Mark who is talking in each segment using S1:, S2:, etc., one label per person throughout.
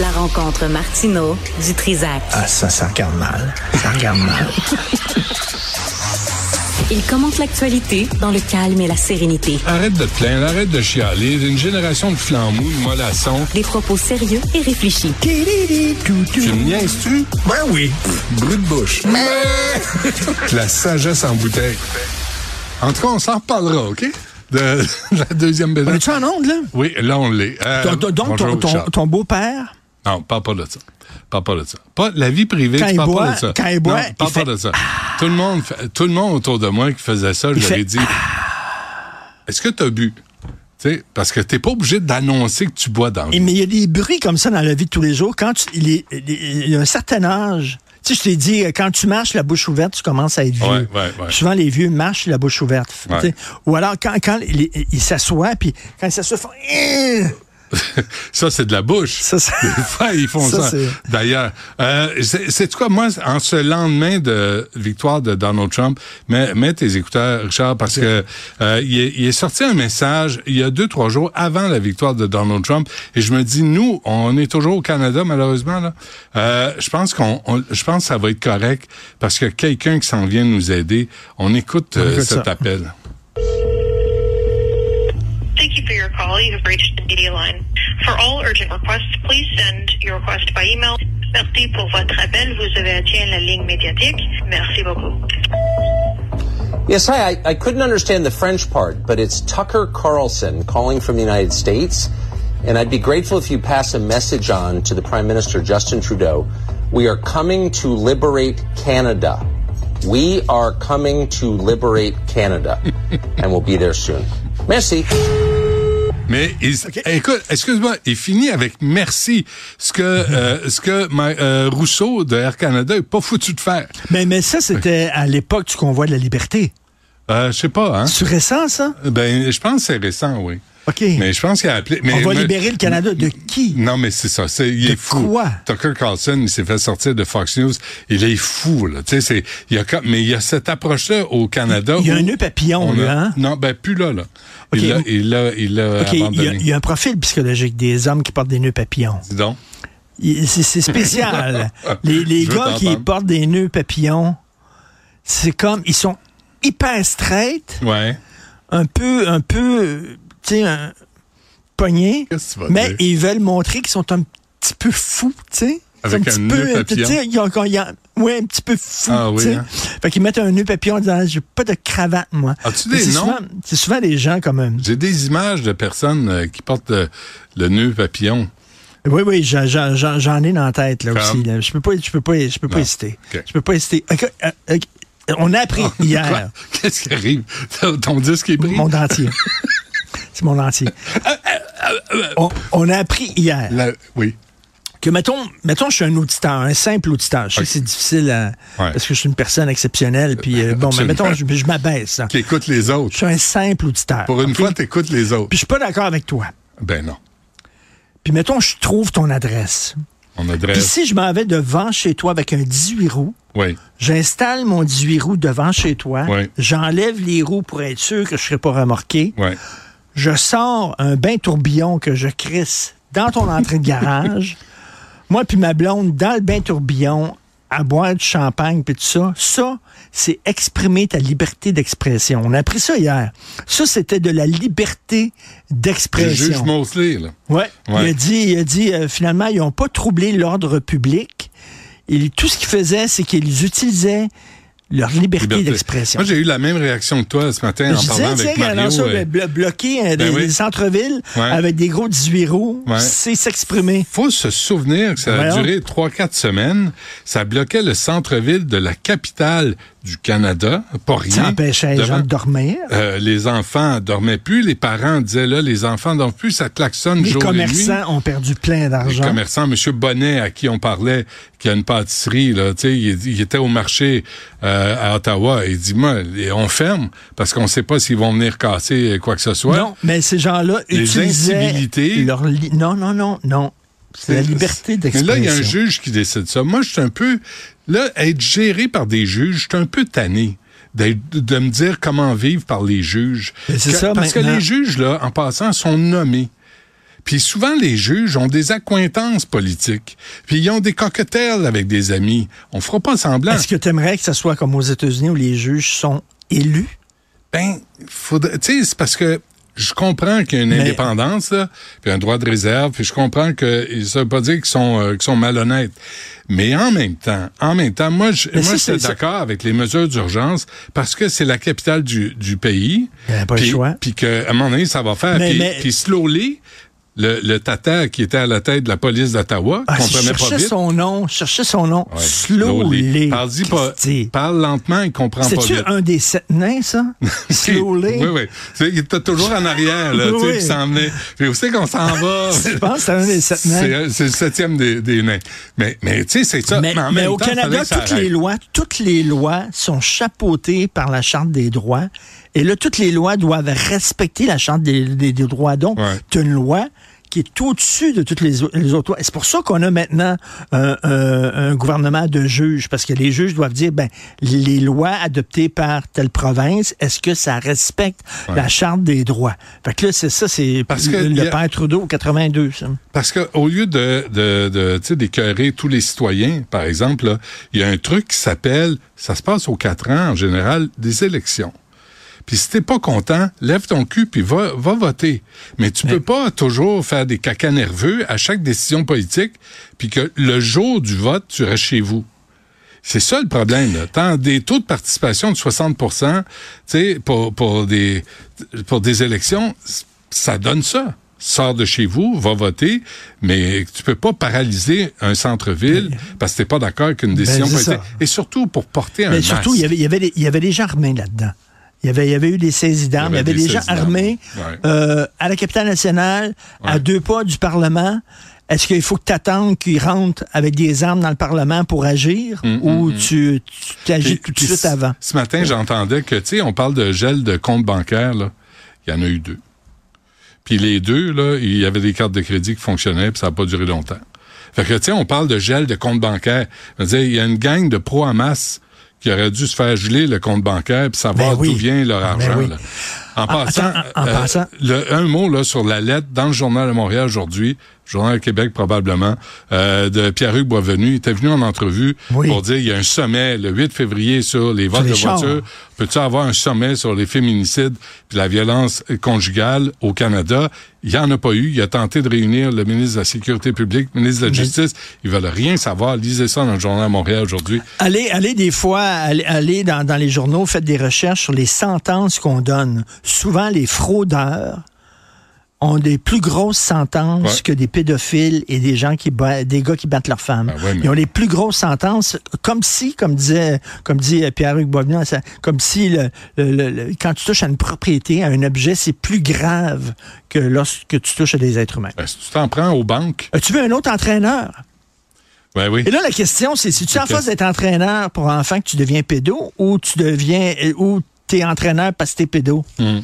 S1: La rencontre Martino du Trizac.
S2: Ah, ça, ça regarde mal. Ça regarde mal.
S1: Il commente l'actualité dans le calme et la sérénité.
S3: Arrête de te plaindre, arrête de chialer. Une génération de flambouilles, de mollassons.
S1: Des propos sérieux et réfléchis.
S3: Tu me niaises-tu?
S2: Ben oui.
S3: Brut de bouche. la sagesse en bouteille. En tout cas, on s'en reparlera, OK? De la deuxième
S4: On
S3: bédane.
S4: est-tu en onde, là?
S3: Oui, là, on l'est. Euh,
S4: Ton- ton- donc, ton,
S3: bonjour,
S4: ton-
S3: Richard.
S4: ton beau-père,
S3: Non, parle pas de ça. Parle pas de ça. Pas, la vie privée,
S4: Quand
S3: tu
S4: il
S3: parles pas
S4: boit-
S3: de ça.
S4: quand il boit,
S3: Non,
S4: il
S3: parle
S4: fait-
S3: pas de ça. Tout, le monde, fait- tout le monde autour de moi qui faisait ça, je
S4: fait-
S3: l'avais dit, est-ce que tu as bu? Tu sais, parce que t'es pas obligé d'annoncer que tu bois dans le
S4: et- mais il y a des bruits comme ça dans la vie de tous les jours. Quand tu- il, est, il est- il a un certain âge, tu sais, je t'ai dit, euh, quand tu marches la bouche ouverte, tu commences à être vieux.
S3: Ouais, ouais, ouais.
S4: Souvent, les vieux marchent la bouche ouverte. tu sais.
S3: Ouais.
S4: Ou alors, quand, quand il, il- il s'assoit, puis quand il s'assoit, ils font... Eh!
S3: Ça, c'est de la bouche.
S4: Ça, c'est-
S3: Des fois, ils font
S4: Ça,
S3: ça.
S4: c'est-
S3: D'ailleurs, euh, c'est c'est-tu quoi, moi, en ce lendemain de victoire de Donald Trump, mets, mets tes écouteurs, Richard, parce que euh, il, est, il est sorti un message il y a deux, trois jours avant la victoire de Donald Trump, et je me dis, nous, on est toujours au Canada, malheureusement, là. Euh, je pense qu'on, on- je pense que ça va être correct, parce que quelqu'un qui s'en vient nous aider, on écoute, euh,
S4: écoute
S3: cet
S4: ça.
S3: appel.
S5: Thank you for your call. You have reached the media line. For all urgent requests, please send your request by email. Merci pour votre appel. Vous avez atteint la ligne médiatique. Merci beaucoup.
S6: Yes, hi. I, I couldn't understand the French part, but it's Tucker Carlson calling from the United States. And I'd be grateful if you pass a message on to the Prime Minister Justin Trudeau. We are coming to liberate Canada. We are coming to liberate Canada. and we'll be there soon. Merci.
S3: Mais il- Eh, écoute, excuse-moi, il finit avec merci, ce que euh, ce que ma- euh, Rousseau de Air Canada est pas foutu de faire.
S4: Mais, mais ça, c'était à l'époque du convoi de la liberté.
S3: Euh, je sais pas, hein.
S4: C'est récent, ça?
S3: Ben, je pense que c'est récent, oui.
S4: OK.
S3: Mais je pense qu'il a appelé. Mais,
S4: On va
S3: mais-
S4: libérer le Canada de qui?
S3: Non, mais c'est ça. C'est, il
S4: De
S3: est fou.
S4: quoi?
S3: Tucker Carlson, il s'est fait sortir de Fox News. Il est fou, là. Tu sais, c'est, il y a, comme- mais il y a cette approche-là au Canada.
S4: Il y a
S3: où
S4: un nœud papillon,
S3: on a-
S4: lui, hein?
S3: Non, ben, plus là, là.
S4: OK.
S3: Il l'a, il l'a, il l'a
S4: OK, il y a-
S3: abandonné.
S4: il y a un profil psychologique des hommes qui portent des nœuds papillons.
S3: Dis donc.
S4: Il- C'est c'est spécial. les les
S3: Je veux
S4: gars qui
S3: t'entendre.
S4: portent des nœuds papillons, c'est comme ils sont hyper straight,
S3: Ouais.
S4: un peu un peu euh, tu sais un- pognés,
S3: Qu'est-ce que tu vas
S4: mais
S3: dire?
S4: ils veulent montrer qu'ils sont un petit peu fous, tu sais.
S3: Avec
S4: petit
S3: un
S4: peu,
S3: nœud
S4: petit- tu sais,
S3: papillon.
S4: ils ont- ils ont- ouais, un petit peu fou.
S3: Ah oui,
S4: tu sais.
S3: hein?
S4: Fait qu'ils mettent un nœud papillon en disant j'ai pas de cravate moi.
S3: As-tu
S4: Mais
S3: des
S4: c'est
S3: noms?
S4: souvent- C'est souvent des gens comme euh,
S3: J'ai des images de personnes euh, qui portent euh, le nœud papillon.
S4: Oui, oui, j'en- j'en j'en- j'en ai dans la tête là
S3: Comme?
S4: aussi. là. Je peux pas, je peux pas, je peux pas
S3: Non.
S4: hésiter.
S3: OK. Ah,
S4: Je peux pas hésiter. Ok, euh, ok. On a appris Eh, hier
S3: Quoi? Qu'est-ce qui arrive? Ton disque est pris?
S4: mon dentier. C'est mon dentier.
S3: Euh,
S4: On, on a appris hier
S3: La- Oui.
S4: que mettons, mettons, je suis un auditeur, un simple auditeur. Je sais que
S3: OK.
S4: c'est difficile à-
S3: Ouais.
S4: parce que je suis une personne exceptionnelle. Puis euh, bon, mais
S3: Absolument.
S4: mettons, je, je m'abaisse. là.
S3: Qui écoute les
S4: Je
S3: autres.
S4: suis un simple auditeur.
S3: Pour une
S4: OK?
S3: fois, t'écoutes les autres.
S4: Puis je suis pas d'accord avec toi.
S3: Ben non.
S4: Puis mettons, je trouve ton adresse.
S3: On
S4: Puis
S3: adresse.
S4: si je m'en vais devant chez toi avec un 18 roues.
S3: Oui.
S4: J'installe mon 18 roues devant chez toi.
S3: Ouais.
S4: J'enlève les roues pour être sûr que je ne serai pas remorqué.
S3: Oui.
S4: Je sors un bain tourbillon que je crisse dans ton entrée de garage. Moi puis ma blonde dans le bain tourbillon à boire du champagne puis tout ça. Ça, c'est exprimer ta liberté d'expression. On a appris ça hier. Ça, c'était de la liberté
S3: Le juge
S4: d'expression.
S3: Mosley, là.
S4: Ouais.
S3: Ouais.
S4: Il a dit, il a dit euh, finalement, ils n'ont pas troublé l'ordre public. Et tout ce qu'ils faisaient, c'est qu'ils utilisaient leur liberté,
S3: Liberté.
S4: d'expression.
S3: Moi, j'ai eu la même réaction que toi ce matin en
S4: Je
S3: parlant
S4: disais, tiens,
S3: avec Mario.
S4: alors ça,
S3: euh,
S4: ben, blo- bloquer euh,
S3: ben
S4: des,
S3: oui.
S4: des centres-villes
S3: Ouais.
S4: avec des gros 18 roues,
S3: Ouais.
S4: c'est s'exprimer.
S3: faut se souvenir que ça a
S4: Voyons.
S3: duré trois, quatre semaines. Ça bloquait le centre-ville de la capitale du Canada. Pas rien.
S4: Ça empêchait les gens
S3: Devant-
S4: de dormir.
S3: Euh, les enfants dormaient plus, les parents disaient là, les enfants dorment plus, ça klaxonne
S4: Les
S3: jour et nuit.
S4: commerçants ont perdu plein
S3: Les
S4: d'argent.
S3: commerçants, M. Bonnet, à qui on parlait, qui a une pâtisserie, là, tu sais, il, il était au marché euh, à Ottawa, et il dit, moi, les- on ferme, parce qu'on sait pas s'ils vont venir casser quoi que ce soit.
S4: Non, mais ces gens-là
S3: Les
S4: utilisaient
S3: incivilités.
S4: leur... li- Non, non, non, non. C'est la liberté
S3: Mais
S4: d'expression.
S3: là, il y a un juge qui décide ça. Moi, je suis un peu... Là, être géré par des juges, je suis un peu tanné d'être- de me dire comment vivre par les juges.
S4: Mais Ben, c'est
S3: Que-
S4: ça,
S3: parce que
S4: maintenant.
S3: les juges, là, en passant, sont nommés. Puis souvent, les juges ont des accointances politiques. Puis ils ont des cocktails avec des amis. On fera pas semblant.
S4: Est-ce que tu aimerais que ce soit comme aux États-Unis où les juges sont élus?
S3: Ben, faudrait, tu sais, c'est parce que je comprends qu'il y a une
S4: Mais-
S3: indépendance, là, puis un droit de réserve, puis je comprends que ça veut pas dire qu'ils sont, euh, qu'ils sont malhonnêtes. Mais en même temps, en même temps, moi, je,
S4: Mais
S3: moi,
S4: ça,
S3: j'étais
S4: c'est-
S3: d'accord avec les mesures d'urgence parce que c'est la capitale du, du pays.
S4: Il y avait pas le
S3: puis,
S4: choix.
S3: Puis qu'à un moment donné, ça va faire.
S4: Mais-
S3: puis,
S4: mais-
S3: puis slowly, le, le tata qui était à la tête de la police d'Ottawa,
S4: Ah, si je
S3: comprenait pas
S4: cherchais
S3: vite.
S4: son nom, je cherchais son nom.
S3: Ouais,
S4: Slowly.
S3: Parle-y pas.
S4: Christy.
S3: Parle lentement, il comprend pas
S4: C'est-tu
S3: vite.
S4: un des sept nains, ça? Slowly.
S3: Oui, oui. Tu sais, il était toujours en arrière, là, tu
S4: Oui.
S3: sais, il s'en venait. Puis où c'est qu'on s'en va?
S4: Je pense que c'est un des sept nains.
S3: C'est c'est le septième des, des nains. Mais, mais tu sais, c'est ça.
S4: Mais,
S3: Mais, en
S4: mais
S3: même
S4: au
S3: temps,
S4: Canada,
S3: fallait que ça
S4: toutes les
S3: arrête.
S4: lois, toutes les lois sont chapeautées par la Charte des droits. Et là, toutes les lois doivent respecter la Charte des, des- des droits. Donc,
S3: Ouais.
S4: tu as une loi qui est au-dessus de toutes les, au- les autres lois. Et c'est pour ça qu'on a maintenant euh, euh, un gouvernement de juges, parce que les juges doivent dire, ben, les lois adoptées par telle province, est-ce que ça respecte la Charte des droits? Fait que là, c'est ça, c'est
S3: Parce que
S4: le,
S3: y a-
S4: père Trudeau, 82, ça.
S3: Parce que au lieu de, de, de tu sais, d'écœurer tous les citoyens, par exemple, là, il y a un truc qui s'appelle, ça se passe aux quatre ans en général, des élections. Puis si t'es pas content, lève ton cul puis va, va voter. Mais tu peux pas toujours faire des cacas nerveux à chaque décision politique, puis que le jour du vote, tu restes chez vous. C'est ça le problème. Là. T'as des taux de participation de 60 tu sais, pour, pour, des, pour des élections, c- ça donne ça. Sors de chez vous, va voter, mais tu peux pas paralyser un centre-ville parce que t'es pas d'accord avec une décision
S4: Ben, c'est
S3: politique.
S4: ça.
S3: Et surtout pour porter un
S4: Mais surtout, il
S3: masque.
S4: y avait, il y avait, des- il y avait des gens armés là-dedans. Il y, avait, il y avait eu des saisies d'armes, il y avait des, gens
S3: saisies d'armes.
S4: armés
S3: Ouais.
S4: euh, à la capitale nationale, à
S3: Ouais.
S4: deux pas du Parlement. Est-ce qu'il faut que tu attendes qu'ils rentrent avec des armes dans le Parlement pour agir ou tu tu t'agis
S3: Mm, Puis-
S4: tout de
S3: puis
S4: suite
S3: ce-
S4: avant?
S3: Ce matin, j'entendais que, tu sais, on parle de gel de compte bancaire, là. Il y en a eu deux. Puis les deux, là, il y avait des cartes de crédit qui fonctionnaient, puis ça n'a pas duré longtemps. Fait que, tu sais, on parle de gel de compte bancaire. Je veux dire, Il y a une gang de pro masse qui aurait dû se faire geler le compte bancaire puis savoir
S4: Ben oui.
S3: d'où vient leur
S4: Ben
S3: argent.
S4: oui.
S3: là. En
S4: Ah,
S3: passant, euh,
S4: attends, en- en passant.
S3: le- un mot là, sur la lettre dans le Journal de Montréal aujourd'hui, Journal de Québec probablement, euh, de Pierre-Hugues Boisvenu. Il était venu en entrevue
S4: Oui.
S3: pour dire il y a un sommet le 8 février sur les votes
S4: les
S3: de
S4: chars.
S3: voitures. Peux-tu avoir un sommet sur les féminicides et la violence conjugale au Canada? Il n'y en a pas eu. Il a tenté de réunir le ministre de la Sécurité publique, le ministre de la Justice. Ils veulent rien savoir. Lisez ça dans le Journal de Montréal aujourd'hui.
S4: Allez, allez des fois, allez, allez dans, dans les journaux, faites des recherches sur les sentences qu'on donne. Souvent, les fraudeurs ont des plus grosses sentences
S3: Ouais.
S4: que des pédophiles et des gens qui ba- des gars qui battent leurs femmes.
S3: Ah ouais, mais-
S4: Ils ont les plus grosses sentences, comme si, comme disait, comme dit euh, Pierre-Hugues Boisvenu, ça- comme si le, le- le- le- quand tu touches à une propriété, à un objet, c'est plus grave que lorsque tu touches à des êtres humains.
S3: Ben, si tu t'en prends aux banques,
S4: As-tu vu un autre entraîneur?
S3: ben oui.
S4: Et là, la question, c'est si tu es en
S3: Ok.
S4: phase d'être entraîneur pour enfants que tu deviens pédo ou tu deviens euh, ou t'es entraîneur parce que t'es pédo. Je veux dire,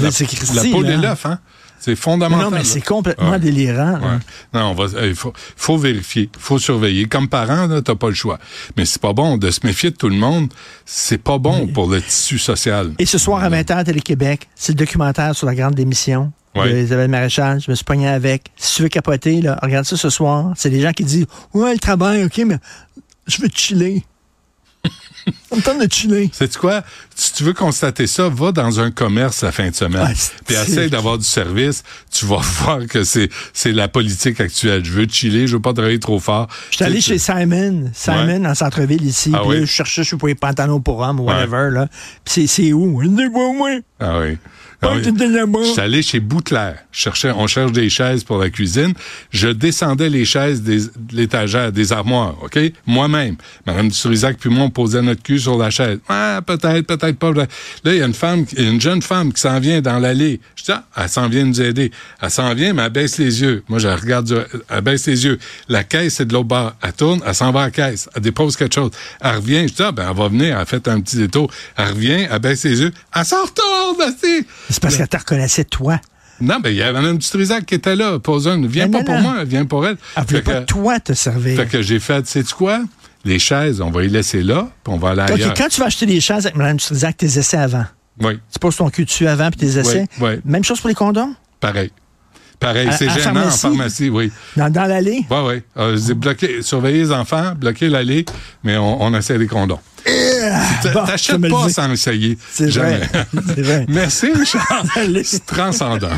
S3: Hmm. La,
S4: C'est
S3: la
S4: Christy,
S3: poule
S4: là.
S3: et l'œuf, hein? C'est
S4: Non,
S3: fondamental.
S4: mais
S3: là.
S4: c'est complètement
S3: Ouais.
S4: délirant. là.
S3: Ouais. Non, on va, il faut, faut vérifier, faut surveiller. Comme parent, là, t'as pas le choix. Mais c'est pas bon de se méfier de tout le monde. C'est pas bon pour le tissu social.
S4: Et ce soir à 20h à Télé-Québec, c'est le documentaire sur la grande démission
S3: Ouais.
S4: de Isabelle Maréchal. Je me suis pogné avec. Si tu veux capoter, là, regarde ça ce soir. C'est des gens qui disent Ouais, le travail, OK, mais je veux chiller. On me tente de chiller.
S3: C'est quoi? Si tu veux constater ça, va dans un commerce la fin de semaine.
S4: Ah, c'est-
S3: Puis essaie d'avoir du service. Tu vas voir que c'est c'est la politique actuelle. Je veux chiller, je veux pas travailler trop fort.
S4: J'étais allé chez Simon, Simon en centre-ville ici,
S3: Ah
S4: puis là,
S3: oui?
S4: je cherchais, je suis pour les pantalons pour hommes ou
S3: Ouais.
S4: whatever, là. Puis c'est- c'est où? Je dis, ouais, ouais.
S3: Ah oui.
S4: Pas
S3: Ah oui.
S4: tout de là-bas.
S3: J'étais allé chez Boutelaire. Je cherchais, on cherche des chaises pour la cuisine. Je descendais les chaises des, de l'étagère, des armoires, OK? Moi-même. Madame Dutrisac puis moi, on posait notre cul sur la chaise. Ah, peut-être, peut-être pas. Là, il y a une femme, qui- une jeune femme qui s'en vient dans l'allée. Je dis, ah, elle s'en vient nous aider. Elle s'en vient, mais elle baisse les yeux. Moi, je la regarde, du- elle baisse les yeux. La caisse, c'est de l'autre bord. Elle tourne, elle s'en va à la caisse. Elle dépose quelque chose. Elle revient, je dis, ah, ben, elle va venir. Elle fait un petit détour. Elle revient, elle baisse les yeux. Elle s'en retourne, asti.
S4: C'est parce qu'elle te reconnaissait, toi.
S3: Non, ben, il y avait Mme Dutrisac qui était là, posant une. Viens
S4: Mais
S3: pas
S4: non,
S3: pour
S4: non.
S3: moi, viens pour elle.
S4: Elle voulait
S3: Fait
S4: pas
S3: que,
S4: que toi te servir.
S3: fait que j'ai fait, sais-tu quoi? Les chaises, on va les laisser là, puis on va aller
S4: OK,
S3: ailleurs.
S4: quand tu vas acheter des chaises avec Mme Dutrisac, tes essais avant.
S3: Oui,
S4: Tu poses ton cul dessus avant, puis tes essais.
S3: ouais.
S4: Même chose pour les condoms?
S3: pareil. Pareil,
S4: À-
S3: c'est
S4: à
S3: gênant
S4: pharmacie?
S3: en pharmacie, oui.
S4: Dans, dans l'allée?
S3: Oui, oui. Euh, c'est bloquer, surveiller les enfants, bloquer l'allée, mais on, on essaie des condoms. T'a-
S4: Eh, bon, je
S3: T'achètes
S4: me le
S3: pas
S4: dis.
S3: sans essayer.
S4: C'est
S3: Jamais.
S4: vrai. C'est vrai.
S3: Merci, Richard.
S4: Allez.
S3: C'est transcendant.